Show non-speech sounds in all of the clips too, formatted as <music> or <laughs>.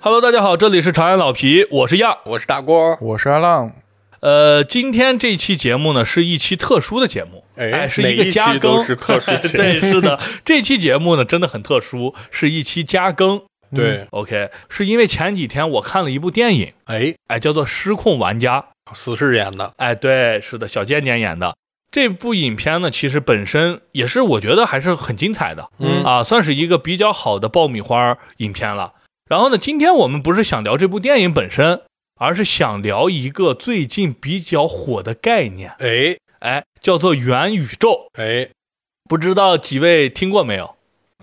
Hello，大家好，这里是长安老皮，我是样。我是大锅，我是阿浪，呃，今天这期节目呢是一期特殊的节目，哎是每个一加期都更，是特殊节 <laughs> 目对，是的，这期节目呢真的很特殊，是一期加更。对， OK，是因为前几天我看了一部电影，哎，哎，叫做《失控玩家》，死侍演的，哎，对，是的，小贱贱演的。这部影片呢，其实本身也是我觉得还是很精彩的，嗯啊，算是一个比较好的爆米花影片了。然后呢，今天我们不是想聊这部电影本身，而是想聊一个最近比较火的概念，哎哎，叫做元宇宙。哎不知道几位听过没有？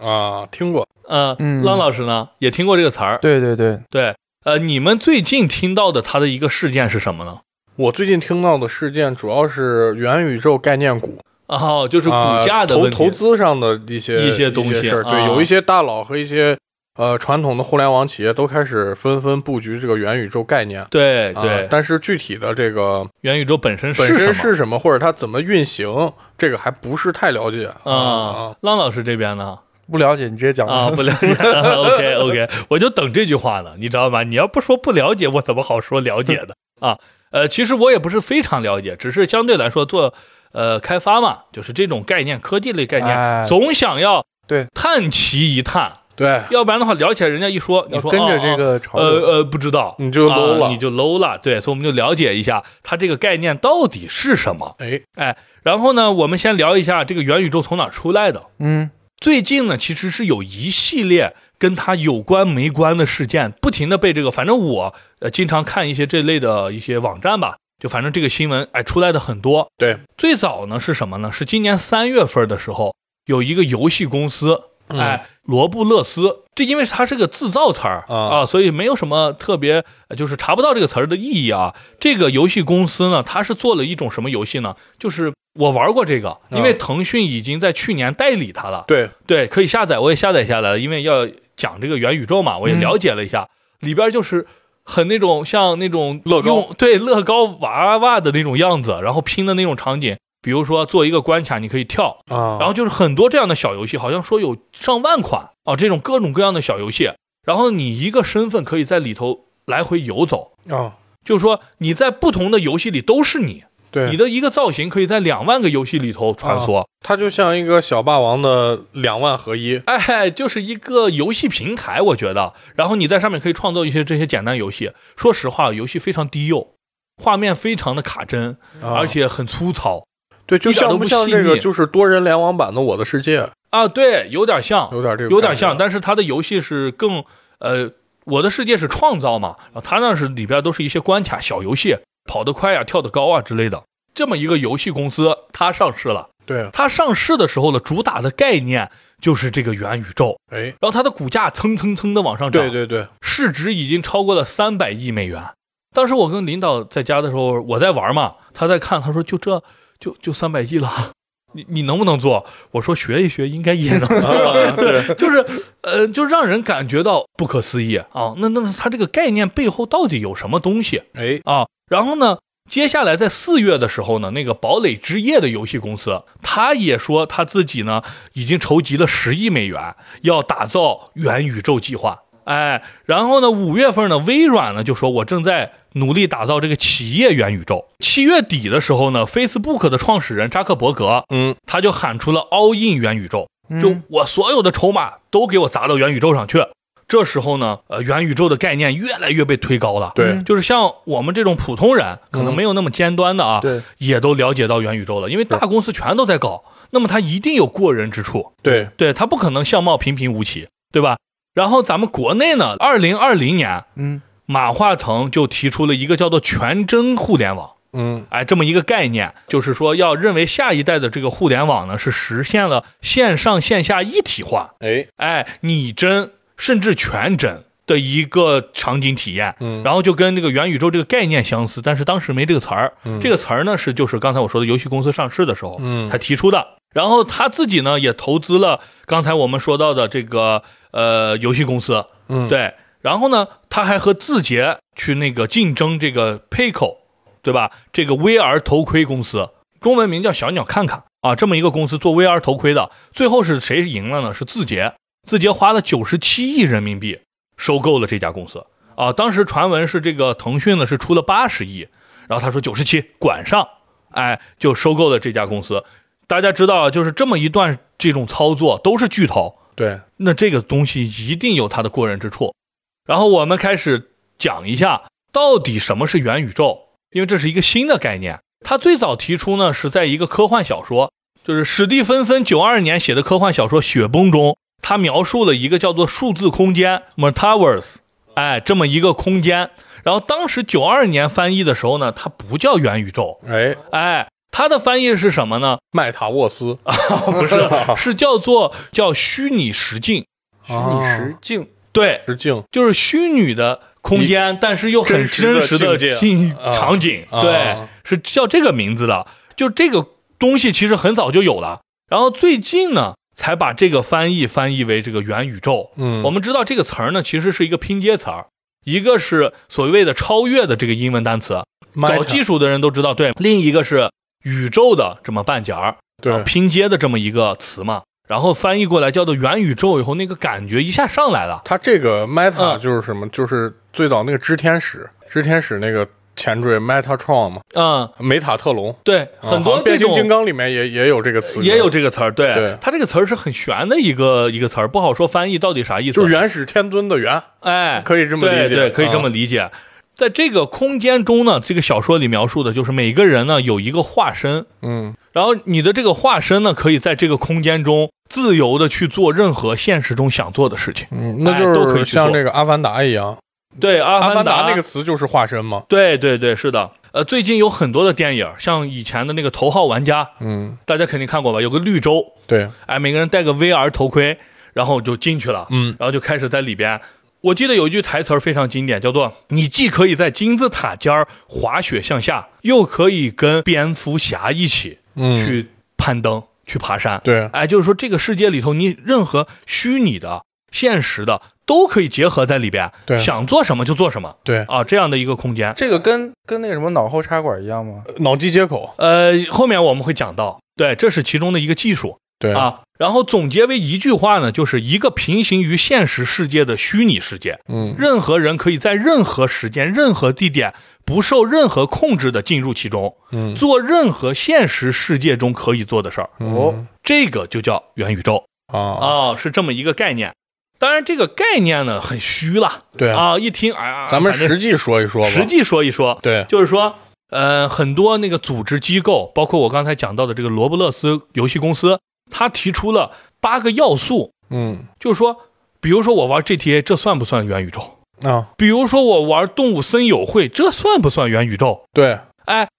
啊，听过，呃、嗯浪老师呢也听过这个词儿，对对对，对，呃，你们最近听到的它的一个事件是什么呢？我最近听到的事件主要是元宇宙概念股，哦，就是股啊价的投问题，投资上的一些一些东西事儿，啊对，有一些大佬和一些呃传统的互联网企业都开始纷纷布局这个元宇宙概念。对啊对、但是具体的这个元宇宙本身本是什身么？是什么，或者它怎么运行，这个还不是太了解啊、浪老师这边呢？不了解你直接讲啊，吧 <laughs> 不了解。OK OK，我就等这句话呢，你知道吗？你要不说不了解，我怎么好说了解的 <laughs> 啊？呃，其实我也不是非常了解，只是相对来说做呃开发嘛，就是这种概念、科技类概念，哎总想要对探其一探，对，要不然的话聊起来，人家一说，你要说跟着哦这哦个潮流，呃呃，不知道，你就 low 啊了你就 low 了。对，所以我们就了解一下它这个概念到底是什么。哎，哎，然后呢，我们先聊一下这个元宇宙从哪儿出来的。嗯，最近呢，其实是有一系列跟它有关没关的事件，不停的被这个，反正我呃经常看一些这类的一些网站吧，就反正这个新闻哎出来的很多。对，最早呢是什么呢？是今年三月份的时候，有一个游戏公司，嗯哎，罗布勒斯，这因为它是个自造词儿啊啊，所以没有什么特别，呃就是查不到这个词儿的意义啊。这个游戏公司呢，它是做了一种什么游戏呢？就是我玩过这啊个，因为腾讯已经在去年代理它了，对，对，可以下载，我也下载下来了，因为要讲这个元宇宙嘛，嗯我也了解了一下，里边就是很那种像那种乐高用对乐高娃娃的那种样子，然后拼的那种场景，比如说做一个关卡，你可以跳，啊，然后就是很多这样的小游戏，好像说有上万款啊，这种各种各样的小游戏，然后你一个身份可以在里头来回游走，啊，就是说你在不同的游戏里都是你，对，你的一个造型可以在两万个游戏里头穿梭，它就像一个小霸王的两万合一，哎，就是一个游戏平台，我觉得。然后你在上面可以创造一些这些简单游戏。说实话，游戏非常低幼，画面非常的卡帧，啊而且很粗糙对，就一点像都不不像细这个腻就是多人联网版的《我的世界》，啊。对，有点像，有啊点这个，有点像，，但是它的游戏是更呃，我的世界是创造嘛，然后它那是里边都是一些关卡小游戏，跑得快呀、跳得高啊之类的。这么一个游戏公司，它上市了。对，它上市的时候呢，主打的概念就是这个元宇宙，哎，然后它的股价蹭蹭蹭的往上涨。对对对，市值已经超过了三百亿美元。当时我跟领导在家的时候，我在玩嘛，他在看，他说就这就就三百亿了，你你能不能做？我说学一学，应该也能做。 <laughs> 对，就是呃，就让人感觉到不可思议啊。那那它这个概念背后到底有什么东西哎，啊？然后呢？接下来在四月的时候呢，那个堡垒之夜的游戏公司，他也说他自己呢已经筹集了十亿美元，要打造元宇宙计划。哎，然后呢，五月份呢，微软呢就说我正在努力打造这个企业元宇宙。七月底的时候呢，Facebook 的创始人扎克伯格，嗯，他就喊出了 all in 元宇宙，就嗯我所有的筹码都给我砸到元宇宙上去。这时候呢，呃，元宇宙的概念越来越被推高了。对嗯，就是像我们这种普通人，可能嗯没有那么尖端的啊，对，也都了解到元宇宙了，因为大公司全都在搞，那么它一定有过人之处，对，对，它不可能相貌平平无奇，对吧？然后咱们国内呢，二零二零年，嗯马化腾就提出了一个叫做全真互联网，嗯，哎，这么一个概念，就是说要认为下一代的这个互联网呢，是实现了线上线下一体化，哎，哎，拟真甚至全真的一个场景体验。嗯，然后就跟这个元宇宙这个概念相似，但是当时没这个词儿。嗯这个词儿呢是就是刚才我说的游戏公司上市的时候，嗯他提出的。然后他自己呢也投资了刚才我们说到的这个呃游戏公司，嗯，对。然后呢，他还和字节去那个竞争这个 Pico，对吧？这个 VR 头盔公司，中文名叫小鸟看看啊，这么一个公司做 VR 头盔的，最后是谁赢了呢？是字节，字节花了九十七亿人民币收购了这家公司。啊，当时传闻是这个腾讯呢是出了八十亿，然后他说九十七管上，哎，就收购了这家公司。大家知道，就是这么一段这种操作都是巨头，对，那这个东西一定有它的过人之处。然后我们开始讲一下到底什么是元宇宙，因为这是一个新的概念。它最早提出呢是在一个科幻小说，就是史蒂芬森九二年写的科幻小说《雪崩》中，他描述了一个叫做数字空间 （metaverse），哎，这么一个空间。然后当时九二年翻译的时候呢，它不叫元宇宙，哎，哎，它的翻译是什么呢？ <laughs> 麦塔沃斯，不是，是叫做叫虚拟实境。虚拟实境，对，致敬，就是虚拟的空间，但是又很真实的真实的境界境啊场景，啊对，是叫这个名字的。就这个东西其实很早就有了，然后最近呢才把这个翻译翻译为这个元宇宙。嗯，我们知道这个词儿呢其实是一个拼接词儿，一个是所谓的超越的这个英文单词， Meta，搞技术的人都知道，对；另一个是宇宙的这么半截儿，啊对，拼接的这么一个词嘛。然后翻译过来叫做元宇宙以后，那个感觉一下上来了。它这个 Meta 嗯就是什么？就是最早那个知天使，知天使那个前缀 Metatron 嘛，嗯，梅塔特隆，对，很啊好多像这变形种金刚里面也也有这个词，也有，这个词儿，对，对它这个词儿是很玄的一个一个词儿，不好说翻译到底啥意思。就是原始天尊的原，哎，可以这么理解，对对，可以这么啊理解。在这个空间中呢，这个小说里描述的就是每个人呢有一个化身，嗯，然后你的这个化身呢可以在这个空间中自由的去做任何现实中想做的事情。嗯，那哎就都可以是去做像这个阿凡达一样，对，阿阿凡凡达那个，词就是化身嘛，对对对，是的。呃，最近有很多的电影，像以前的那个《头号玩家》，嗯，大家肯定看过吧？有个绿洲，对，哎，每个人戴个 VR 头盔，然后就进去了。嗯，然后就开始在里边。我记得有一句台词儿非常经典，叫做“你既可以在金字塔尖儿滑雪向下，又可以跟蝙蝠侠一起嗯，去攀登、去爬山”。对哎，就是说这个世界里头，你任何虚拟的、现实的都可以结合在里边，对想做什么就做什么对，啊，这样的一个空间。这个跟跟那个什么脑后插管一样吗？脑机接口，呃，后面我们会讲到，对，这是其中的一个技术。对，啊，然后总结为一句话呢，就是一个平行于现实世界的虚拟世界，嗯，任何人可以在任何时间、任何地点，不受任何控制的进入其中，嗯，做任何现实世界中可以做的事儿，哦这个就叫元宇宙嗯啊，啊、是这么一个概念。当然，这个概念呢很虚了对，啊，一听哎呀，咱们反正实际说一说吧，实际说一说，对，就是说，呃，很多那个组织机构，包括我刚才讲到的这个罗布勒斯游戏公司，他提出了八个要素，嗯，就是说，比如说我玩 GTA，这算不算元宇宙？啊，比如说我玩动物森友会，这算不算元宇宙？对，哎，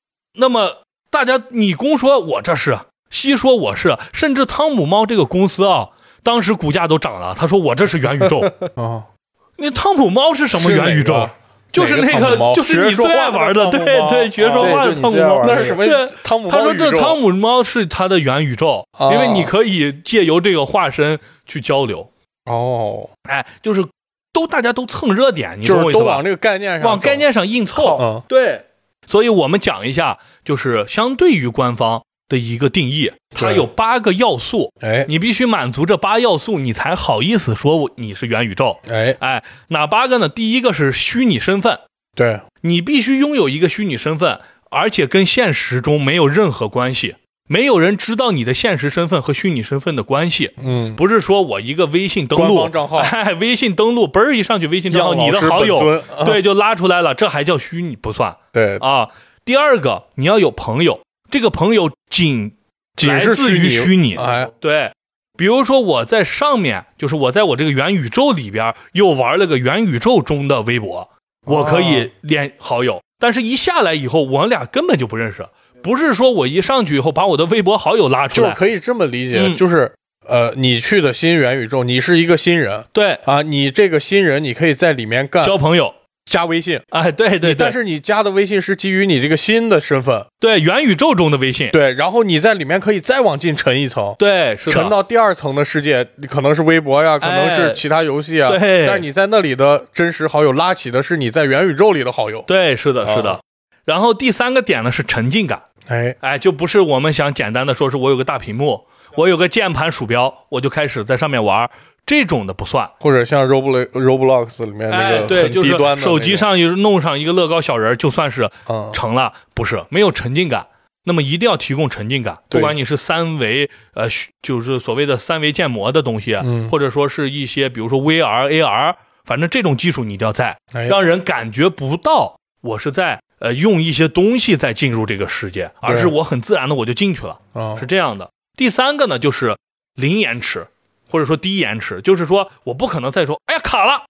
那么大家你公说我这是，西说我是，甚至汤姆猫这个公司啊，当时股价都涨了，他说我这是元宇 <laughs> 宙。啊， <laughs> 那汤姆猫是什么是哪元宇宙个？就是哪个那汤姆猫就是你学说最话爱的玩的，汤姆对猫哦对，学说对话就的你汤姆最爱猫玩那的是什么对？汤姆猫他说宇这宙汤姆猫是他的元宇宙，因为你可以借由这个化身去交流。哦，哎，就是都大家都蹭热点，你就懂我意是思都吧？往这个概念上，往概，念上硬凑，嗯对，所以我们讲一下，就是相对于官方的一个定义，它对有八个要素，哎你必须满足这八要素，你才好意思说我你是元宇宙。哎，哎，哪八个呢？第一个是虚拟身份，对，你必须拥有一个虚拟身份，而且跟现实中没有任何关系，没有人知道你的现实身份和虚拟身份的关系。嗯，不是说我一个微信登官录方账 <laughs> 号哎，微信登录，嘣儿一上去，微信账号样你的老师好本友，尊啊对，就拉出来了，这还叫虚拟不算对，啊。第二个，你要有朋友，这个朋友仅仅来是自于虚拟，哎，对。比如说我在上面，就是我在我这个元宇宙里边又玩了个元宇宙中的微博，我可以连好友，但是一下来以后，我们俩根本就不认识。不是说我一上去以后把我的微博好友拉出就是来，可以这么理解，嗯就是呃，你去的新元宇宙，你是一个新人对，啊，你这个新人你可以在里面干交朋友，加微信，哎，对对但对，是你加的微信是基于你这个新的身份，对元宇宙中的微信，对，然后你在里面可以再往进沉一层。对是沉的，哎到第二层的世界，可能是微博呀，可能是其他游戏啊。对但是你在那里的真实好友拉起的是你在元宇宙里的好友。对是的啊是的。然后第三个点呢是沉浸感，哎，哎，就不是我们想简单的说是我有个大屏幕，我有个键盘鼠标，我就开始在上面玩儿。这种的不算。或者像 Roblo Roblox 里面哎，那个对，很就低是端的、手机，上有弄上一个乐高小人儿，就算是嗯，成了，不是没有沉浸感。那么一定要提供沉浸感，对不管你是三维，呃，虚就是所谓的三维建模的东西，啊嗯或者说是一些比如说 VR、AR，反正这种技术你一定要在，哎让人感觉不到我是在呃用一些东西在进入这个世界，而是我很自然的我就进去了。啊是这样的。第三个呢，就是零延迟，或者说低延迟，就是说我不可能再说，哎呀卡 <laughs> 了，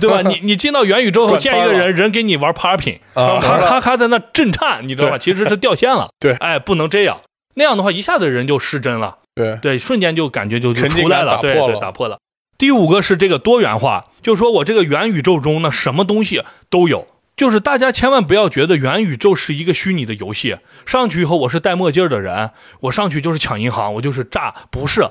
对吧？你你进到元宇宙后转见圈一个了人，人给你玩 popping，啊咔咔咔在那震颤，你知道吧？对其实是掉线了。对哎，不能这样，那样的话一下子人就失真了，对，对，瞬间就感觉就就沉浸出来感了，打对破了对，打破了。第五个是这个多元化，就是说我这个元宇宙中呢，什么东西都有。就是大家千万不要觉得元宇宙是一个虚拟的游戏，上去以后我是戴墨镜的人，我上去就是抢银行，我就是诈，不是。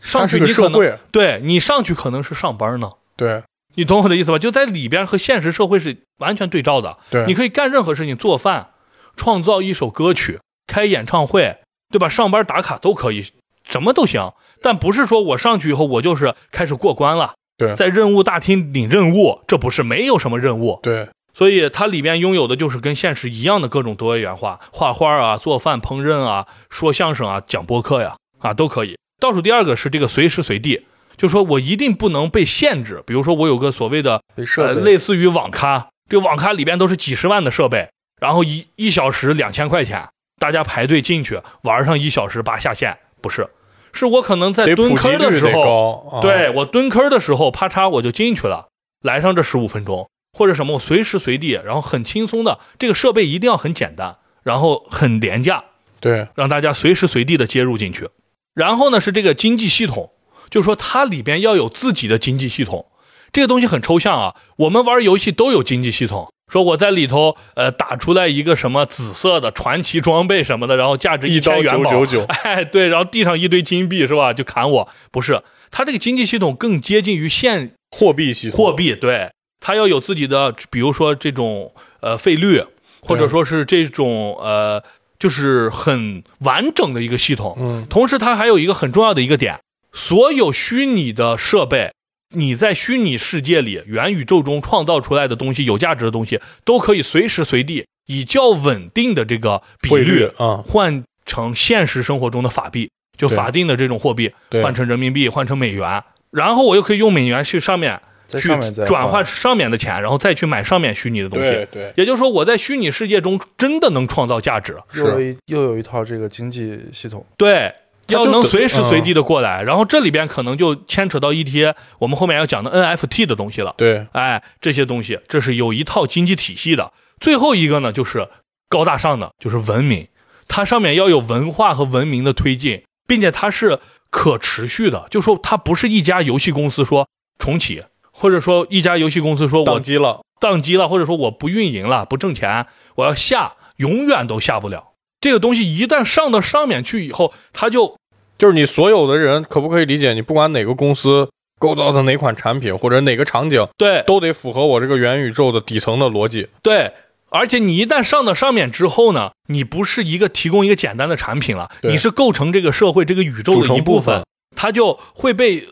上它去是个你可社能会，对你上去可能是上班呢，对你懂我的意思吧？就在里边和现实社会是完全对照的。对，你可以干任何事情，做饭、创造一首歌曲、开演唱会，对吧？上班打卡都可以，什么都行。但不是说我上去以后我就是开始过关了，对在任务大厅领任务，这不是没有什么任务。对所以它里面拥有的就是跟现实一样的各种多元化，画画啊、做饭、烹饪啊、说相声啊、讲播客呀啊都可以。倒数第二个是这个随时随地，就说我一定不能被限制，比如说我有个所谓的得呃，设备类似于网咖，这个网咖里边都是几十万的设备，然后一一小时两千块钱，大家排队进去玩上一小时吧下线，不是，是我可能在得蹲普及坑的率时得候，高，啊对我蹲坑的时候，啪嚓我就进去了，来上这十五分钟或者什么，我随时随地，然后很轻松的，这个设备一定要很简单，然后很廉价，对让大家随时随地的接入进去。然后呢是这个经济系统，就是说它里边要有自己的经济系统，这个东西很抽象啊。我们玩游戏都有经济系统，说我在里头呃打出来一个什么紫色的传奇装备什么的，然后价值一刀千元九宝，九九，哎对，然后地上一堆金币是吧？就砍我，不是，它这个经济系统更接近于现货币系统，货币，对，它要有自己的，比如说这种呃费率，或者说是这种呃，就是很完整的一个系统。嗯，同时，它还有一个很重要的一个点，所有虚拟的设备，你在虚拟世界里、元宇宙中创造出来的东西、有价值的东西，都可以随时随地以较稳定的这个比汇率啊，换成现实生活中的法币，就对法定的这种货币对换成人民币，换成美元，然后我又可以用美元去上面在去上面再转换上面的钱，然后再去买上面虚拟的东对西。对，也就是说，我在虚拟世界中真的能创造价值，又有是一又有一套这个经济系统，对，它要就能得随时随地的过来。然后这里边可能就牵扯到一些我们后面要讲的 NFT 的东西了。对哎，这些东西这是有一套经济体系的。最后一个呢，就是高大上的，就是文明，它上面要有文化和文明的推进，并且它是可持续的，就说它不是一家游戏公司说重启，或者说一家游戏公司说我宕机了，宕机了，或者说我不运营了，不挣钱，我要下，永远都下不了。这个东西一旦上到上面去以后，它就就是你所有的人可不可以理解，你不管哪个公司构造的哪款产品或者哪个场景，对都得符合我这个元宇宙的底层的逻辑，对，而且你一旦上到上面之后呢，你不是一个提供一个简单的产品了，对你是构成这个社会这个宇宙组的成一部部分它就会被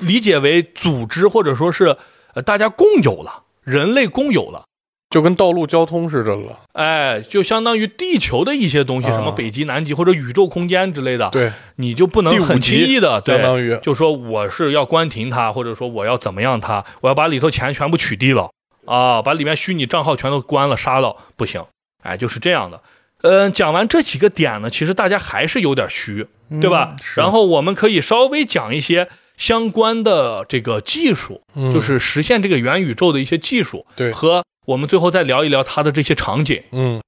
理解为组织或者说是呃大家共有了，人类共有了。就跟道路交通似的了。哎，就相当于地球的一些东西，啊什么北极、南极或者宇宙空间之类的，对，你就不能第五很轻级易的，相对，当于就说我是要关停它，或者说我要怎么样它，我要把里头钱全部取缔了啊，把里面虚拟账号全都关了、杀了，不行，哎，就是这样的。嗯，讲完这几个点呢，其实大家还是有点虚，对吧？嗯是然后我们可以稍微讲一些相关的这个技术，就就是实现这个元宇宙的一些技术，嗯对和我们最后再聊一聊它的这些场景。嗯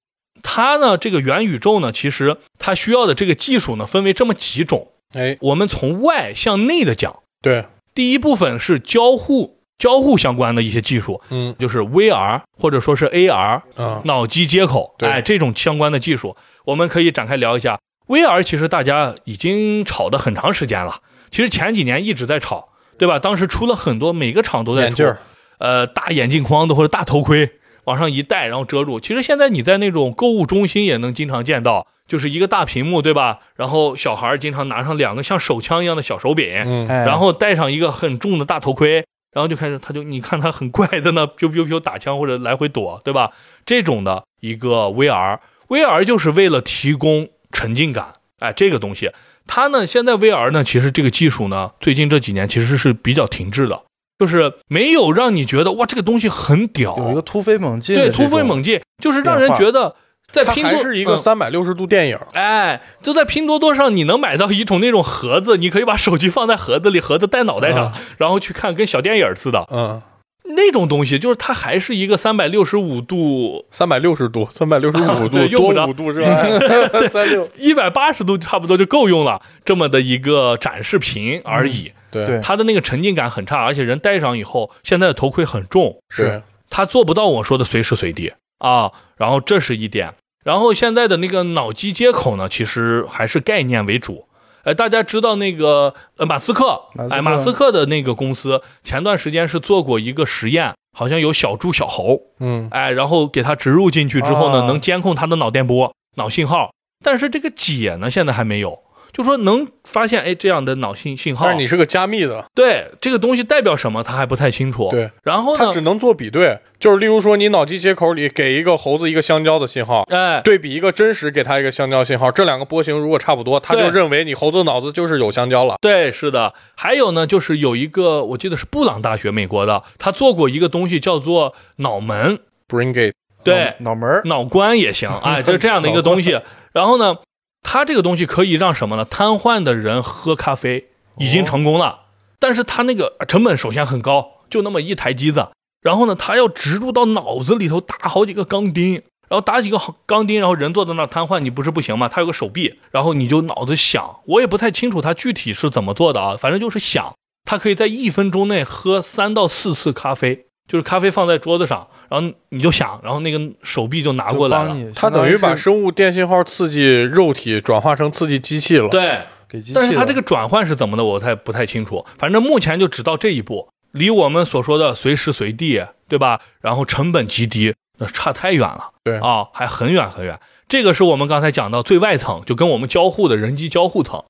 它呢，这个元宇宙呢，其实它需要的这个技术呢，分为这么几种，哎我们从外向内的讲。对第一部分是交互交互相关的一些技术，嗯就是 VR 或者说是 AR 啊脑机接口，对哎，这种相关的技术，我们可以展开聊一下。VR 其实大家已经炒的很长时间了，其实前几年一直在炒，对吧？当时出了很多，每个厂都在眼出镜，儿呃，大眼镜框的或者大头盔，往上一带，然后遮住。其实现在你在那种购物中心也能经常见到，就是一个大屏幕，对吧？然后小孩儿经常拿上两个像手枪一样的小手柄，嗯，哎，然后戴上一个很重的大头盔，然后就开始，他就你看他很怪的 <laughs> 呢，啾啾啾打枪或者来回躲，对吧？这种的一个 VR，VR 就是为了提供沉浸感，哎，这个东西，它呢现在 VR 呢，其实这个技术呢，最近这几年其实是比较停滞的，就是没有让你觉得哇，这个东西很屌，有一个突飞猛进的对这突种，<laughs> 飞猛进，就是让变人化觉得在它拼多还是一个嗯三百六十度电影，哎，就在拼多多上，你能买到一种那种盒子，你可以把手机放在盒子里，盒子戴脑袋上，然后去看，跟小电影似的嗯，那种东西，就是它还是一个三百六十五度、三百六十度，三百六十 <laughs> 五对度，用不着嗯多五度是吧？三六，一百八十度差不多就够用了，这么的一个展示屏而已。对对，它的那个沉浸感很差，而且人戴上以后，现在的头盔很重，是，它做不到我说的随时随地啊。然后这是一点，然后现在的那个脑机接口呢，其实还是概念为主。呃，大家知道那个呃马斯克，马斯克哎，马斯克的那个公司前段时间是做过一个实验，好像有小猪、小猴，嗯，哎，然后给它植入进去之后呢，啊能监控它的脑电波、脑信号，但是这个解呢，现在还没有。就说能发现哎这样的脑信信号，但是你是个加密的，对这个东西代表什么，他还不太清楚。对，然后它呢只，能做比对，就是例如说你脑机接口里给一个猴子一个香蕉的信号。哎，对比一个真实给它一个香蕉信号，这两个波形如果差不多，它对就认为你猴子脑子就是有香蕉了。对，是的。还有呢，就是有一个我记得是布朗大学美国的，他做过一个东西叫做脑门， Bring it，对，嗯脑脑门儿，脑关也行，哎，就这样的一个东西。 <laughs> 然后呢，他这个东西可以让什么呢？瘫痪的人喝咖啡已哦经成功了，但是他那个成本首先很高，就那么一台机子。然后呢，他要植入到脑子里头打好几个钢钉。然后打几个钢钉，然后人坐在那儿瘫痪，你不是不行吗？他有个手臂，然后你就脑子想，我也不太清楚他具体是怎么做的啊，反正就是想，他可以在一分钟内喝三到四次咖啡，就是咖啡放在桌子上，然后你就想，然后那个手臂就拿就过来帮了。你它相当等于把是生物电信号刺激肉体转化成刺激机器了。，对，给机器了，但是它这个转换是怎么的，我太不太清楚。反正目前就只到这一步，离我们所说的随时随地，对吧？然后成本极低，那差太远了。对啊，还很远很远。这个是我们刚才讲到最外层，就跟我们交互的人机交互层。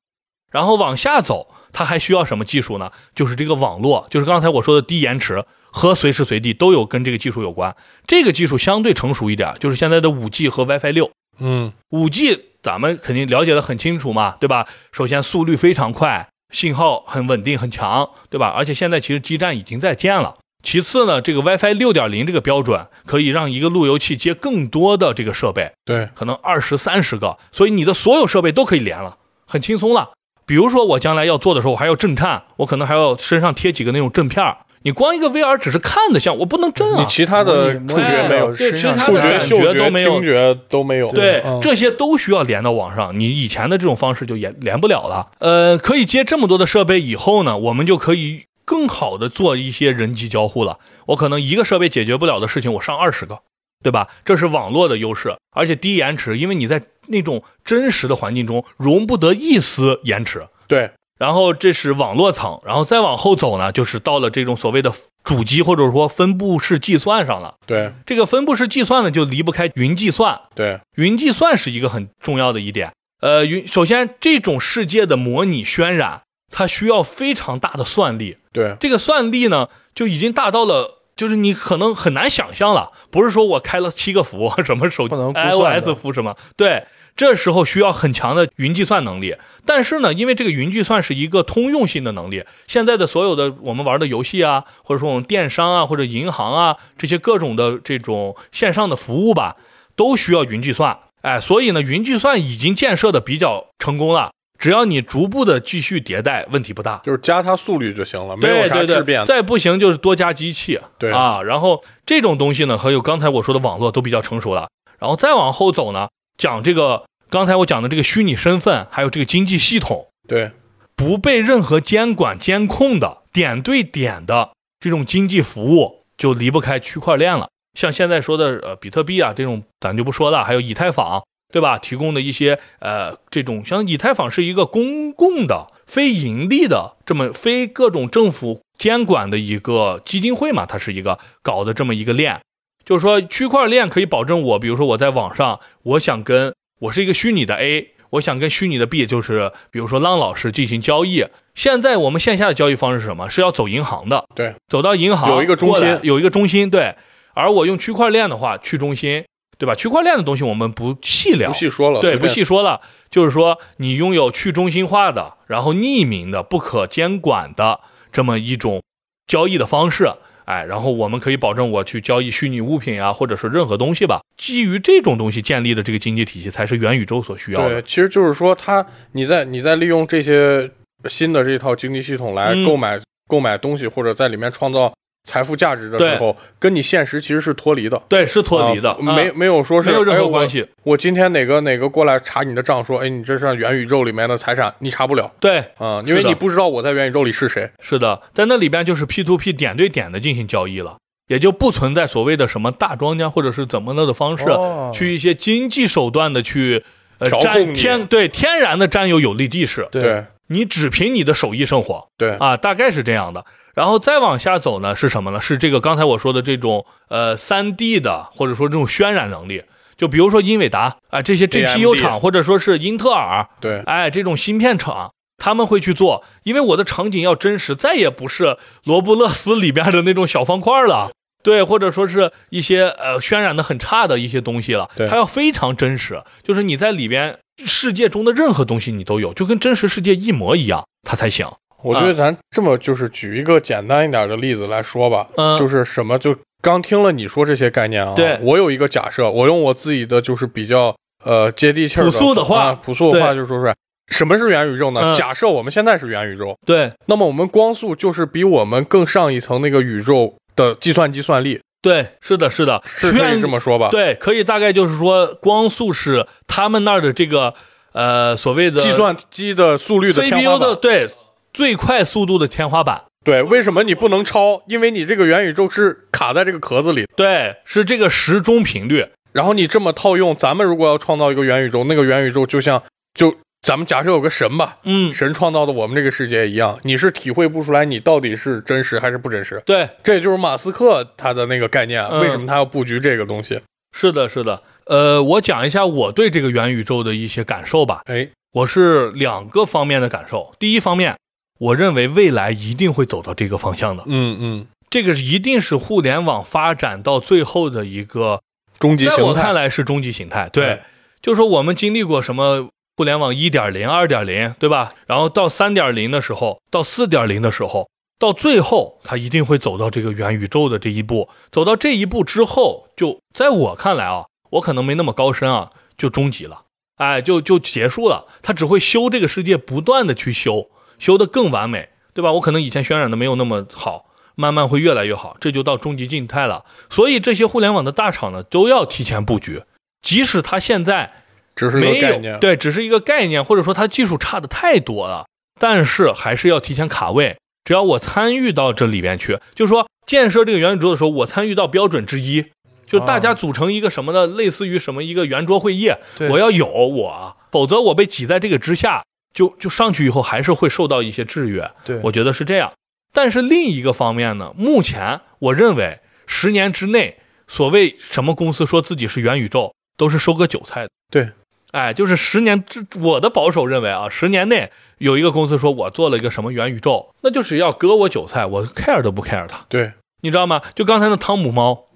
然后往下走，它还需要什么技术呢？就是这个网络，就是刚才我说的低延迟和随时随地都有跟这个技术有关。这个技术相对成熟一点，就是现在的五 G 和 WiFi 六。嗯，五 G 咱们肯定了解的很清楚嘛，对吧？首先速率非常快，信号很稳定很强，对吧？而且现在其实基站已经在建了。其次呢，这个 WiFi 六点零这个标准可以让一个路由器接更多的这个设备，对，可能二十三十个，所以你的所有设备都可以连了，很轻松了。比如说我将来要做的时候，我还要震颤，我可能还要身上贴几个那种震片儿。你光一个 VR 只是看的像，我不能震你啊。其他的触觉没有，哎对其实它触觉、感嗅觉觉、都没有听觉都没有。对，嗯这些都需要连到网上，你以前的这种方式就连连不了了。呃，可以接这么多的设备以后呢，我们就可以更好的做一些人机交互了。我可能一个设备解决不了的事情，我上二十个，对吧？这是网络的优势，而且低延迟，因为你在那种真实的环境中容不得一丝延迟。对，然后这是网络层，然后再往后走呢，就是到了这种所谓的主机或者说分布式计算上了。对，这个分布式计算呢，就离不开云计算。对，云计算是一个很重要的一点。呃，云首先这种世界的模拟渲染，它需要非常大的算力。对，这个算力呢，就已经大到了。就是你可能很难想象了，不是说我开了七个服，什么手机不能估算 iOS 的服什么，对，这时候需要很强的云计算能力。但是呢，因为这个云计算是一个通用性的能力，现在的所有的我们玩的游戏啊，或者说我们电商啊，或者银行啊，这些各种的这种线上的服务吧，都需要云计算。哎，所以呢，云计算已经建设的比较成功了，只要你逐步的继续迭代，问题不大。就是加它速率就行了，没对有啥对质对，变。再不行就是多加机器对，啊。然后这种东西呢，还有刚才我说的网络都比较成熟了。然后再往后走呢，讲这个刚才我讲的这个虚拟身份，还有这个经济系统，对，不被任何监管监控的点对点的这种经济服务，就离不开区块链了。像现在说的呃比特币啊这种，咱就不说了，还有以太坊，对吧？提供的一些呃这种，像以太坊是一个公共的、非盈利的，这么非各种政府监管的一个基金会嘛，它是一个搞的这么一个链。就是说区块链可以保证我，比如说我在网上，我想跟我是一个虚拟的 A，我想跟虚拟的 B，就是比如说浪老师进行交易。现在我们线下的交易方式是什么？是要走银行的，对，走到银行有一个中心过来有一个中心，对。而我用区块链的话，去中心，对吧？区块链的东西我们不细聊，不细说了，对，随不便细说了，就是说你拥有去中心化的，然后匿名的、不可监管的这么一种交易的方式。哎，然后我们可以保证我去交易虚拟物品啊，或者是任何东西吧。基于这种东西建立的这个经济体系，才是元宇宙所需要的。对，其实就是说它，你在你在利用这些新的这一套经济系统来嗯购买、购买东西，或者在里面创造财富价值的对时候，跟你现实其实是脱离的，对，是脱离的，啊啊没没有说是没有任哎何我关系。我今天哪个哪个过来查你的账，说哎你这是元宇宙里面的财产，你查不了对，啊、是因的为你不知道我在元宇宙里是谁。是的，在那里边就是 P to P 点对点的进行交易了，也就不存在所谓的什么大庄家或者是怎么了的方式，哦去一些经济手段的去呃调控占你天对天然的占有有利地势，对对你只凭你的手艺生活对啊，大概是这样的。然后再往下走呢，是什么呢？是这个刚才我说的这种呃三 D 的，或者说这种渲染能力。就比如说英伟达啊、这些 GPU AMD 厂，或者说是英特尔，对哎，这种芯片厂他们会去做，因为我的场景要真实，再也不是罗布勒斯里边的那种小方块了。对，或者说是一些呃渲染的很差的一些东西了，对它要非常真实，就是你在里边世界中的任何东西你都有，就跟真实世界一模一样，它才行。我觉得咱这么就是举一个简单一点的例子来说吧，嗯就是什么就刚听了你说这些概念啊，对我有一个假设，我用我自己的就是比较呃接地气儿朴素的话啊朴素的话对就说出来。什么是元宇宙呢？嗯假设我们现在是元宇宙，对那么我们光速就是比我们更上一层那个宇宙的计算计算力，对，是的，是的，是可以这么说吧？对，可以大概就是说光速是他们那儿的这个呃所谓的计算机的速率的天 CPU 花的板。对最快速度的天花板。对，为什么你不能超？因为你这个元宇宙是卡在这个壳子里，对，是这个时钟频率。然后你这么套用，咱们如果要创造一个元宇宙，那个元宇宙就像就咱们假设有个神吧，嗯，神创造的我们这个世界一样，你是体会不出来你到底是真实还是不真实。对，这就是马斯克他的那个概念，啊嗯为什么他要布局这个东西？是的，是的。呃，我讲一下我对这个元宇宙的一些感受吧。哎，我是两个方面的感受。第一方面，我认为未来一定会走到这个方向的，嗯嗯，这个是一定是互联网发展到最后的一个，终极在我形看态，来是终极形态。对，对就说我们经历过什么互联网一点零、二点零，对吧？然后到三点零的时候，到四点零的时候，到最后它一定会走到这个元宇宙的这一步。走到这一步之后，就在我看来啊，我可能没那么高深啊，就终极了，哎，就就结束了。它只会修这个世界，不断的去修，修得更完美，对吧？我可能以前渲染的没有那么好。慢慢会越来越好，这就到终极静态了。所以这些互联网的大厂呢，都要提前布局，即使它现在只是一没个概有念。对，只是一个概念，或者说它技术差的太多了，但是还是要提前卡位。只要我参与到这里边去，就是说建设这个元宇宙的时候，我参与到标准之一，就大家组成一个什么的，类似于什么一个圆桌会议，对我要有我，否则我被挤在这个之下，就就上去以后还是会受到一些制约。对我觉得是这样。但是另一个方面呢，目前我认为十年之内，所谓什么公司说自己是元宇宙，都是收割韭菜的。对，哎，就是十年之，我的保守认为啊，十年内有一个公司说我做了一个什么元宇宙，那就是要割我韭菜，我 care 都不 care 他，对你知道吗？就刚才那汤姆 <laughs> 猫，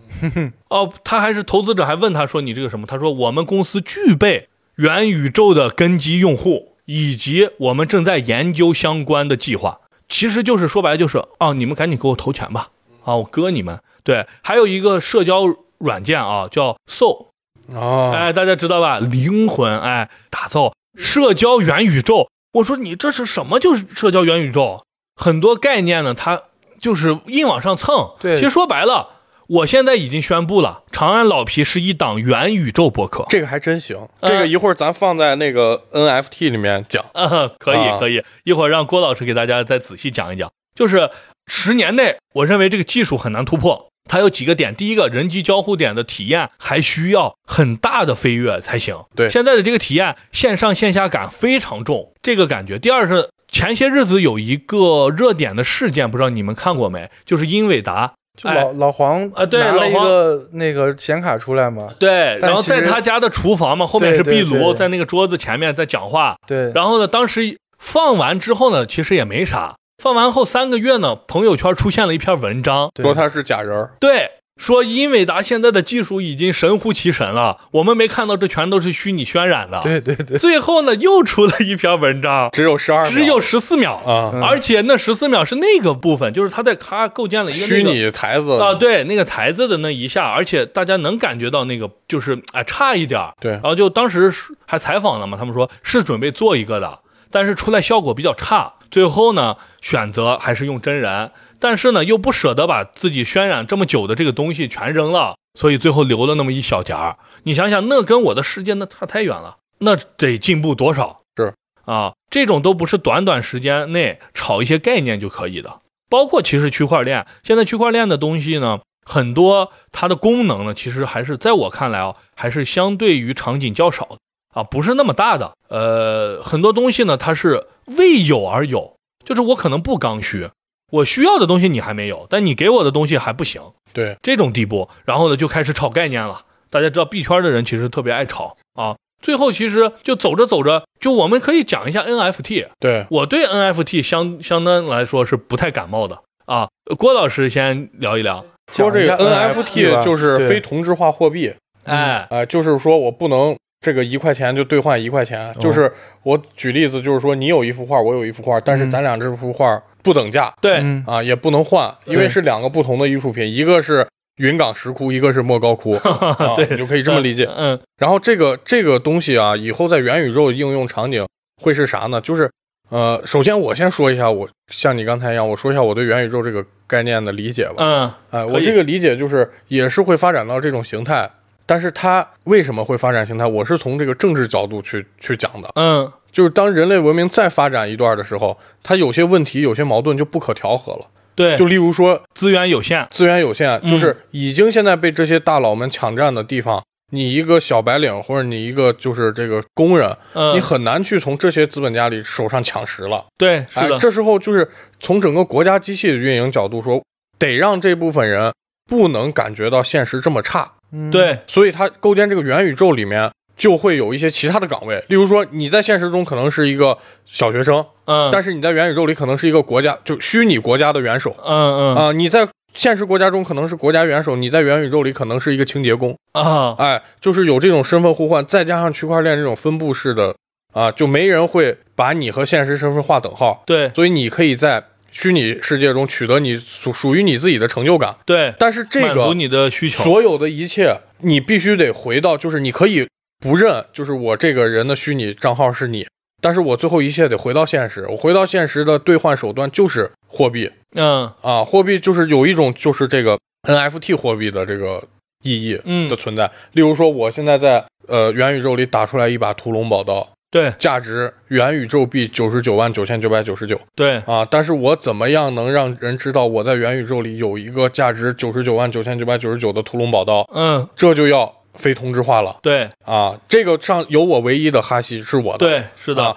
哦，他还是投资者还问他说你这个什么？他说我们公司具备元宇宙的根基用户，以及我们正在研究相关的计划。其实就是说白了就是哦，你们赶紧给我投钱吧，啊，我割你们。对，还有一个社交软件啊，叫 Soul，啊，哎，大家知道吧？灵魂，哎，打造社交元宇宙。我说你这是什么？就是社交元宇宙，很多概念呢，它就是硬往上蹭。对其实说白了，我现在已经宣布了，长安老皮是一档元宇宙博客。这个还真行。嗯这个一会儿咱放在那个 NFT 里面讲。嗯， <laughs> 可以啊可以，一会儿让郭老师给大家再仔细讲一讲。就是十年内，我认为这个技术很难突破。它有几个点，第一个人机交互点的体验还需要很大的飞跃才行。对现在的这个体验线上线下感非常重，这个感觉。第二是前些日子有一个热点的事件，不知道你们看过没？就是英伟达就老、老黄啊对拿了老一黄个那个显卡出来嘛，对，但然后其在实他家的厨房嘛，后面对是对壁炉，对在那个桌子前面在讲话。对，然后呢，当时放完之后呢，其实也没啥。放完后三个月呢，朋友圈出现了一篇文章，对说他是假人儿，对，说英伟达现在的技术已经神乎其神了，我们没看到这全都是虚拟渲染的。，对对对，最后呢，又出了一篇文章，只有十二，只有十四秒，啊，嗯而且那十四秒是那个部分，就是他在咔构建了一个、那个、虚拟台子啊，对，那个台子的那一下，而且大家能感觉到那个就是哎差一点儿对然后就当时是还采访了嘛，他们说是准备做一个的，但是出来效果比较差，最后呢选择还是用真人，但是呢又不舍得把自己渲染这么久的这个东西全扔了，所以最后留了那么一小截儿。你想想，那跟我的世界那差太远了，那得进步多少？是啊，这种都不是短短时间内炒一些概念就可以的。包括其实区块链，现在区块链的东西呢，很多它的功能呢，其实还是在我看来啊，还是相对于场景较少的啊，不是那么大的。呃，很多东西呢，它是为有而有，就是我可能不刚需，我需要的东西你还没有，但你给我的东西还不行，对这种地步，然后呢就开始炒概念了。大家知道币圈的人其实特别爱炒啊，最后其实就走着走着，就我们可以讲一下 NFT，对，我对 NFT 相相当来说是不太感冒的啊。郭老师先聊一聊，说这个讲一下 NFT 吧 NFT 就是对非同质化货币，哎，啊，就是说我不能这个一块钱就兑换一块钱，就是我举例子，就是说你有一幅画，我有一幅画，但是嗯咱俩这幅画不等价对，嗯啊，也不能换，因为对是两个不同的艺术品，一个是云冈石窟，一个是莫高窟，啊对你就可以这么理解。嗯，然后这个这个东西啊，以后在元宇宙应用场景会是啥呢？就是呃，首先我先说一下我像你刚才一样，我说一下我对元宇宙这个概念的理解吧。嗯哎，可我以这个理解就是也是会发展到这种形态，但是它为什么会发展形态？我是从这个政治角度去去讲的，嗯就是当人类文明再发展一段的时候，它有些问题、有些矛盾就不可调和了。对，就例如说资源有限，资源有限，啊嗯就是已经现在被这些大佬们抢占的地方，你一个小白领或者你一个就是这个工人，嗯，你很难去从这些资本家里手上抢食了。对，是哎的，，这时候就是从整个国家机器的运营角度说，得让这部分人不能感觉到现实这么差，嗯对，所以他构建这个元宇宙里面就会有一些其他的岗位，例如说你在现实中可能是一个小学生，嗯，但是，是你在元宇宙里可能是一个国家就虚拟国家的元首嗯嗯啊、你在。现实国家中可能是国家元首，你在元宇宙里可能是一个清洁工，啊，哎，就是有这种身份互换，再加上区块链这种分布式的，啊，就没人会把你和现实身份划等号，对所以你可以在虚拟世界中取得你属属于你自己的成就感。对，但是这满足个你的需求，所有的一切，你必须得回到，就是你可以不认，就是我这个人的虚拟账号是你，但是我最后一切得回到现实。我回到现实的兑换手段就是货币嗯啊，货币就是有一种就是这个 NFT 货币的这个意义啊嗯的，存在。例如说，我现在在呃元宇宙里打出来一把屠龙宝刀，对价值元宇宙币九十九万九千九百九十九。对，啊，但是我怎么样能让人知道我在元宇宙里有一个价值九十九万九千九百九十九的屠龙宝刀？嗯这就要非同质化了对啊！这个上有我唯一的哈希是我的，对，是的啊，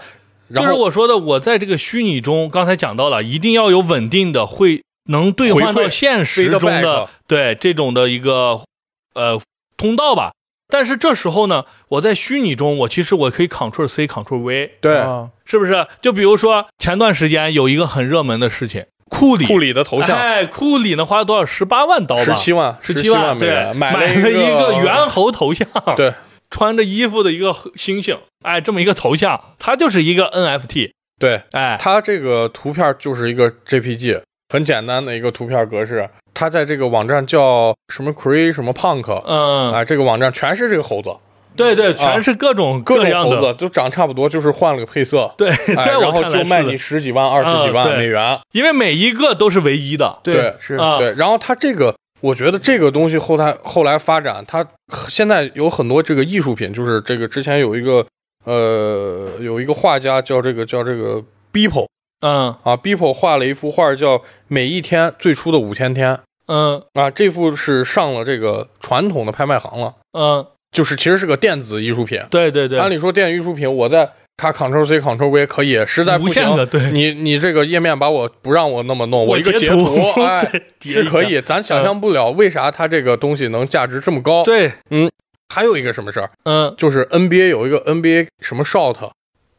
就然是后我说的，我在这个虚拟中，刚才讲到了，一定要有稳定的会能兑换回到馈现实中 feedback 啊的对这种的一个呃通道吧。但是这时候呢，我在虚拟中，我其实我可以 Ctrl C Ctrl V，对、啊是不是？就比如说前段时间有一个很热门的事情，库里库里的头像哎，库里呢花了多少？十八万刀吧，十七万，十七七万，美对，元，买了一个猿猴头像，对，穿着衣服的一个猩猩，哎，这么一个头像，它就是一个 NFT，对，哎，它这个图片就是一个 JPG，很简单的一个图片格式。它在这个网站叫什么 Cree 什么 Punk 啊、嗯，这个网站全是这个猴子，对对，啊全是各种各种样猴的，子都长差不多，就是换了个配色。对，哎， <laughs> 在我然看后来就是卖的你，十几万、二十几嗯万对美元。因为每一个都是唯一的，对是啊，对，然后它这个，我觉得这个东西后来后来发展，它现在有很多这个艺术品，就是这个之前有一个呃有一个画家叫这个叫这个 Beeple 嗯啊，Beeple 画了一幅画叫《每一天最初的五千天》嗯啊，这幅是上了这个传统的拍卖行了，嗯，就是其实是个电子艺术品。对对对，按理说电子艺术品，我在它 Ctrl C Ctrl V 可以，实在不无限行的，对你你这个页面把我不让我那么弄，我一个截截图 <laughs> 哎对，截是一可下以，咱想象不了为啥它这个东西能价值这么高。，对，还有一个什么事儿，嗯就是 NBA 有一个 NBA 什么 Shot，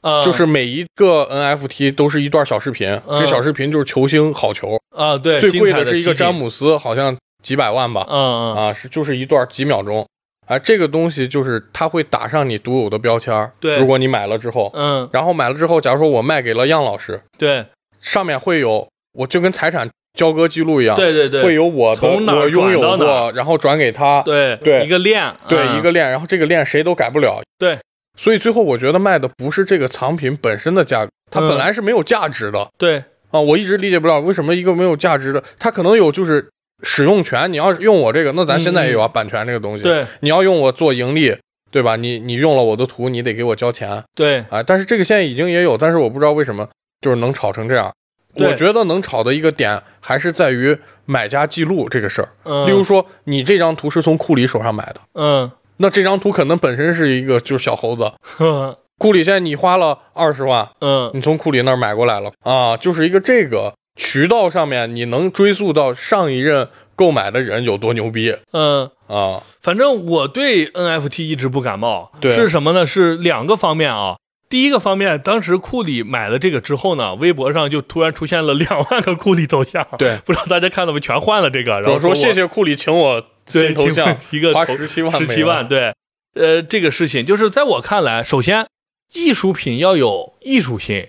啊，就是每一个 NFT 都是一段小视频，嗯这小视频就是球星好球，啊，对，最贵精彩的是一个集锦詹，姆斯，好像几百万吧，嗯嗯，啊，是就是一段几秒钟。哎，这个东西就是它会打上你独有的标签儿对如果你买了之后，嗯，然后买了之后，假如说我卖给了样老师，对上面会有，我就跟财产交割记录一样，对对对，会有我的从哪儿我拥有转到哪过，然后转给他，对对一个链，对嗯一个链，然后这个链谁都改不了，对，所以最后我觉得卖的不是这个藏品本身的价格，它嗯本来是没有价值的、对啊，我一直理解不了为什么一个没有价值的，它可能有就是使用权，你要是用我这个，那咱现在也有啊、版权这个东西，，嗯对你要用我做盈利。对吧？你你用了我的图，你得给我交钱啊、对但是这个现在已经也有，但是我不知道为什么就是能炒成这样。对我觉得能炒的一个点还是在于买家记录这个事儿。嗯，例如说，你这张图是从库里手上买的，嗯， <laughs> 那这张图可能本身是一个就是小猴子。呵库里现在你花了二十万，嗯你从库里那儿买过来了啊，就是一个这个渠道上面你能追溯到上一任购买的人有多牛逼嗯。啊？反正我对 NFT 一直不感冒，对是什么呢？是两个方面啊。第一个方面，当时库里买了这个之后呢，微博上就突然出现了两万个库里头像，对不知道大家看到没？全换了这个，然主后要说我谢谢库里请我对新头像，一个花头17万十七美万，元对，呃，这个事情就是在我看来，首先艺术品要有艺术性，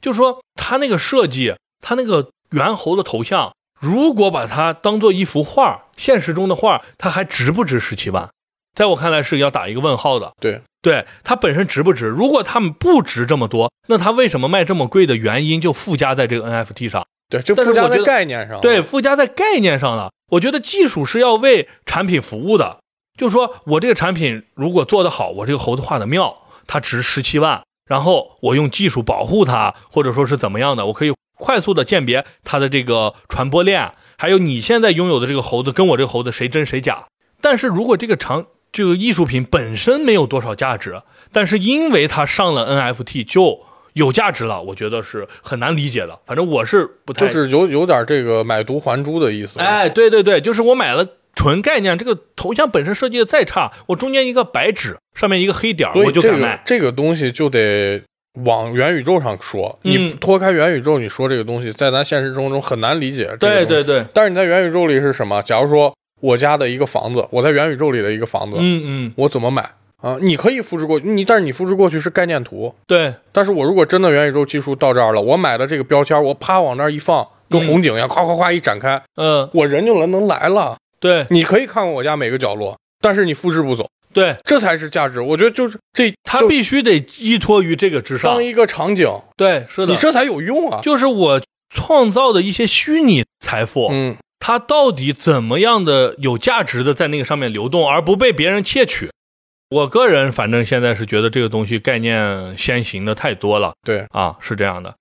就是说它那个设计，它那个猿猴的头像，如果把它当做一幅画，现实中的画，它还值不值十七万？在我看来是要打一个问号的。对，对，它本身值不值？如果它们不值这么多，那它为什么卖这么贵的原因就附加在这个 NFT 上？对，就但是附加我觉在得概念上，啊对，附加在概念上了。我觉得技术是要为产品服务的，就是说我这个产品如果做得好，我这个猴子画的妙，它值十七万，然后我用技术保护它，或者说是怎么样的，我可以快速的鉴别它的这个传播链，还有你现在拥有的这个猴子跟我这个猴子谁真谁假。但是如果这个长这个艺术品本身没有多少价值，但是因为它上了 NFT 就有价值了，我觉得是很难理解的。反正我是不太就是有有点这个买椟还珠的意思。哎，对对对，就是我买了纯概念，这个头像本身设计的再差，我中间一个白纸，上面一个黑点儿，所我以就这敢个卖。这个东西就得往元宇宙上说。你嗯脱开元宇宙，你说这个东西，在咱现实中中很难理解。对对，对，但是你在元宇宙里是什么？假如说我家的一个房子，我在元宇宙里的一个房子，嗯嗯，我怎么买啊？你可以复制过去，你但是你复制过去是概念图。对但是我如果真的元宇宙技术到这儿了，我买的这个标签，我啪往那儿一放，跟嗯红警一样，夸夸夸一展开，嗯、我人就能能来了。对你可以看看我家每个角落，但是你复制不走，对，这才是价值。我觉得就是这，它就必须得依托于这个之上当。一个场景，对，是的你，这才有用啊。就是我创造的一些虚拟财富，嗯，它到底怎么样的有价值的在那个上面流动，而不被别人窃取。我个人反正现在是觉得这个东西概念先行的太多了，对啊，是这样的。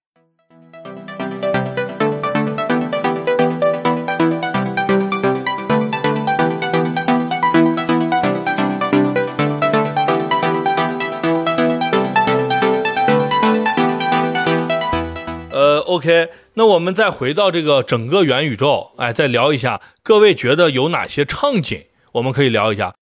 呃，OK，那我们再回到这个整个元宇宙，哎，再聊一下，各位觉得有哪些场景我们可以聊一下？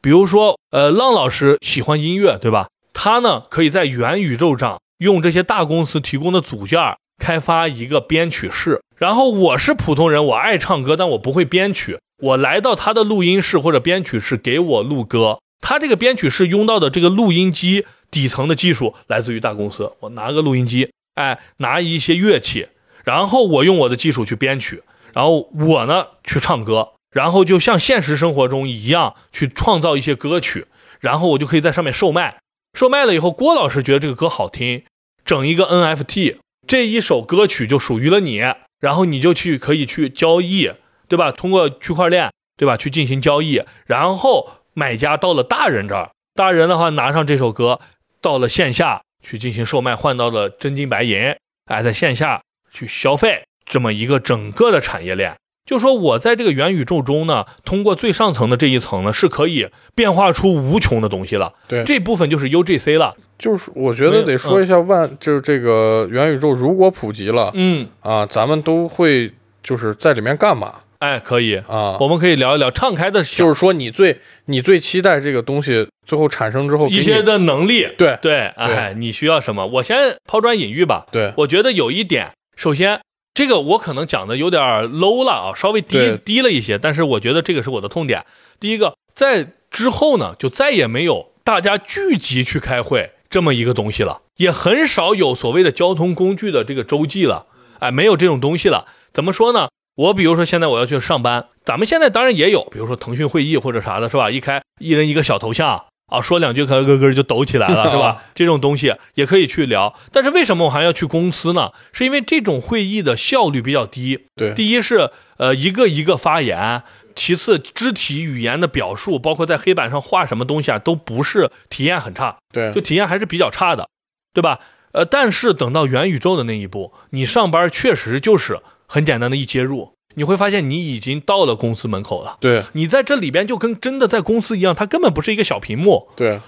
比如说，呃，浪老师喜欢音乐，对吧？他呢可以在元宇宙上用这些大公司提供的组件儿开发一个编曲室。然后我是普通人，我爱唱歌，但我不会编曲。我来到他的录音室或者编曲室，给我录歌。他这个编曲室用到的这个录音机底层的技术来自于大公司。我拿个录音机，哎，拿一些乐器，然后我用我的技术去编曲，然后我呢去唱歌，然后就像现实生活中一样去创造一些歌曲，然后我就可以在上面售卖。售卖了以后，郭老师觉得这个歌好听，整一个 NFT，这一首歌曲就属于了你，然后你就去可以去交易，对吧？通过区块链，对吧？去进行交易，然后买家到了大人这儿，大人的话拿上这首歌到了线下去进行售卖，换到了真金白银，哎，在线下去消费，这么一个整个的产业链。就说我在这个元宇宙中呢，通过最上层的这一层呢，是可以变化出无穷的东西了。对这部分就是 UGC 了。就是我觉得得说一下万，就是这个元宇宙如果普及了嗯，啊，咱们都会就是在里面干嘛哎，可以，啊？我们可以聊一聊敞开的小，就是说你最你最期待这个东西最后产生之后给一你些的能力。对对，哎，你需要什么？我先抛砖引玉吧。对我觉得有一点，首先这个我可能讲的有点 low 了啊，稍微低对低了一些，但是我觉得这个是我的痛点。第一个，在之后呢，就再也没有大家聚集去开会这么一个东西了，也很少有所谓的交通工具的这个周记了，哎，没有这种东西了。怎么说呢？我比如说现在我要去上班，咱们现在当然也有，比如说腾讯会议或者啥的，是吧？一开一人一个小头像啊，说两句可咯咯就抖起来了，是吧？这种东西也可以去聊。但是为什么我还要去公司呢？是因为这种会议的效率比较低。对第一是呃一个一个发言，其次肢体语言的表述，包括在黑板上画什么东西啊，都不是体验很差。对就体验还是比较差的，对吧？呃，但是等到元宇宙的那一步，你上班确实就是很简单的一接入，你会发现你已经到了公司门口了。对你在这里边就跟真的在公司一样，它根本不是一个小屏幕，对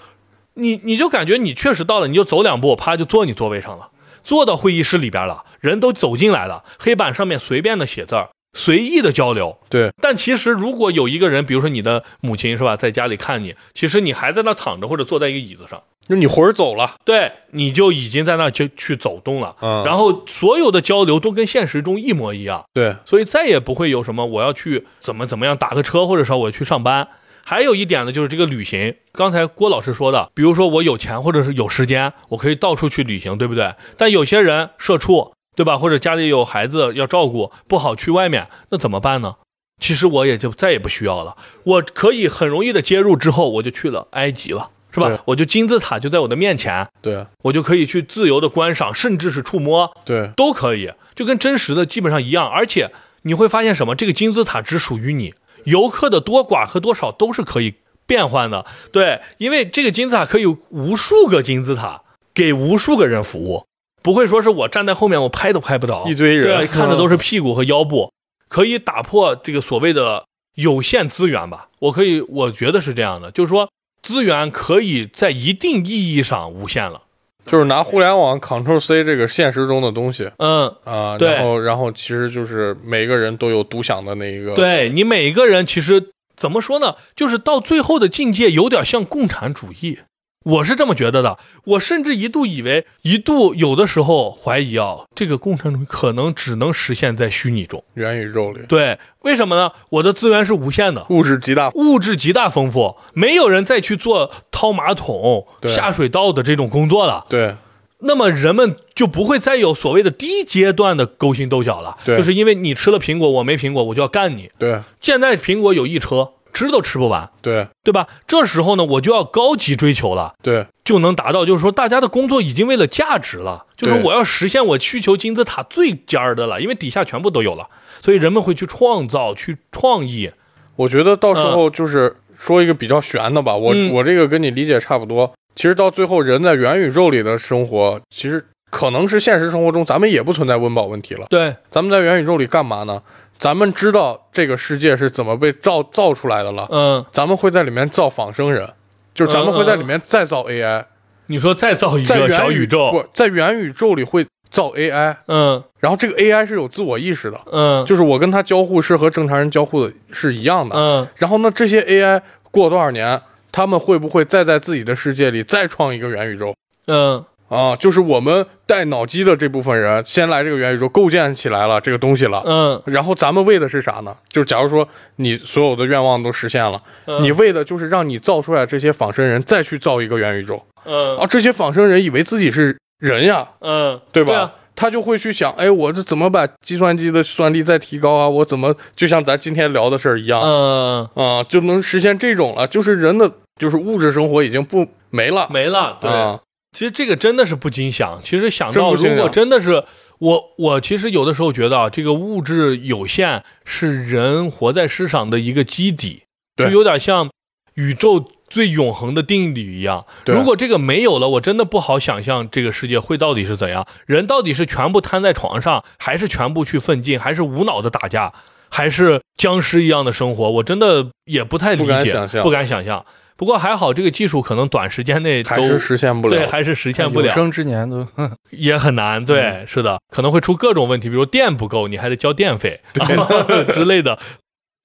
你你就感觉你确实到了，你就走两步，啪就坐你座位上了，坐到会议室里边了，人都走进来了，黑板上面随便的写字儿，随意的交流，对但其实如果有一个人，比如说你的母亲是吧，在家里看你，其实你还在那躺着或者坐在一个椅子上。就你魂儿走了，对，你就已经在那就去走动了。嗯然后所有的交流都跟现实中一模一样，对所以再也不会有什么我要去怎么怎么样打个车，或者说我去上班。还有一点呢，就是这个旅行。刚才郭老师说的，比如说我有钱或者是有时间，我可以到处去旅行，对不对？但有些人社畜，对吧？或者家里有孩子要照顾，不好去外面，那怎么办呢？其实我也就再也不需要了，我可以很容易的接入之后，我就去了埃及了，是对吧？我就金字塔就在我的面前，对我就可以去自由的观赏，甚至是触摸对都可以，就跟真实的基本上一样。而且你会发现什么？这个金字塔只属于你，游客的多寡和多少都是可以变换的。对，因为这个金字塔可以有无数个金字塔给无数个人服务，不会说是我站在后面我拍都拍不着，一堆人嗯对，啊看的都是屁股和腰部，可以打破这个所谓的有限资源吧。我可以，我觉得是这样的，就是说资源可以在一定意义上无限了。就是拿互联网 Ctrl C 这个现实中的东西嗯，啊，对然后然后其实就是每个人都有独享的那一个，对你每一个人其实怎么说呢？就是到最后的境界有点像共产主义，我是这么觉得的。我甚至一度以为，一度有的时候怀疑啊，这个共产主义可能只能实现在虚拟中。元宇宙里对，为什么呢？我的资源是无限的，物质极大，物质极大丰富，没有人再去做掏马桶、对下水道的这种工作了。对那么人们就不会再有所谓的低阶段的勾心斗角了，对就是因为你吃了苹果，我没苹果，我就要干你。对现在苹果有一车，吃都吃不完，对对吧？这时候呢，我就要高级追求了。对就能达到，就是说大家的工作已经为了价值了，就是对我要实现我需求金字塔最尖儿的了，因为底下全部都有了，所以人们会去创造、去创意。我觉得到时候就是说一个比较悬的吧，我嗯我这个跟你理解差不多。其实到最后，人在元宇宙里的生活，其实可能是现实生活中咱们也不存在温饱问题了。对，咱们在元宇宙里干嘛呢？咱们知道这个世界是怎么被造造出来的了，嗯，咱们会在里面造仿生人，就是咱们会在里面再造 AI，你说再造一在个元小宇宙，不在元宇宙里会造 AI，嗯然后这个 AI 是有自我意识的，嗯就是我跟他交互是和正常人交互的是一样的。嗯，然后呢，这些 AI 过多少年，他们会不会再在自己的世界里再创一个元宇宙嗯啊？就是我们带脑机的这部分人，先来这个元宇宙构建起来了这个东西了。嗯然后咱们为的是啥呢？就是假如说你所有的愿望都实现了，嗯，你为的就是让你造出来这些仿生人再去造一个元宇宙啊！嗯这些仿生人以为自己是人呀，嗯，对吧？啊他就会去想，哎，我这怎么把计算机的算力再提高啊？我怎么就像咱今天聊的事儿一样，嗯，啊、就能实现这种了，就是人的就是物质生活已经不没了，没了，对。啊，其实这个真的是不禁想，其实想真到不禁如果想真的是我，我其实有的时候觉得啊，这个物质有限是人活在世上的一个基底，就对有点像宇宙最永恒的定律一样。对如果这个没有了，我真的不好想象这个世界会到底是怎样，人到底是全部瘫在床上，还是全部去奋进，还是无脑的打架，还是僵尸一样的生活，我真的也不太理解，不敢想象不敢想象不过还好，这个技术可能短时间内还都是实现不对，了。还是实现不有了，生之年都也很难。对，嗯是的，可能会出各种问题，比如电不够，你还得交电费 <laughs> 之类的。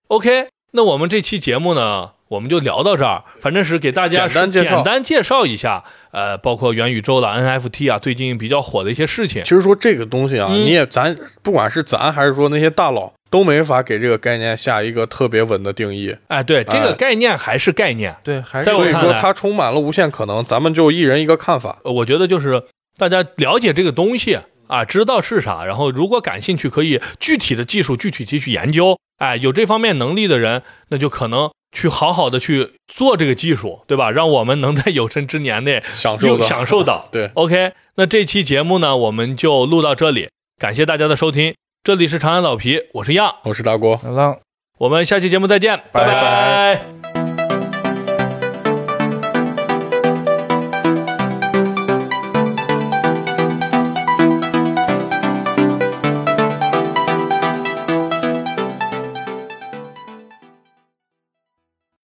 OK，那我们这期节目呢，我们就聊到这儿，反正是给大家简单介绍简单介绍一下，呃，包括元宇宙了、NFT 啊，最近比较火的一些事情。其实说这个东西啊，嗯你也咱不管是咱还是说那些大佬，都没法给这个概念下一个特别稳的定义。哎，对，这个概念还是概念，对，还在是我所以看说来它充满了无限可能，咱们就一人一个看法。呃我觉得就是大家了解这个东西啊，知道是啥，然后如果感兴趣，可以具体的技术具体地去研究。哎，有这方面能力的人，那就可能去好好的去做这个技术，对吧？让我们能在有生之年内享受又的，享受到。对，OK，那这期节目呢，我们就录到这里，感谢大家的收听。这里是长安老皮，我是样，我是大郭。浪。我们下期节目再见，拜拜拜拜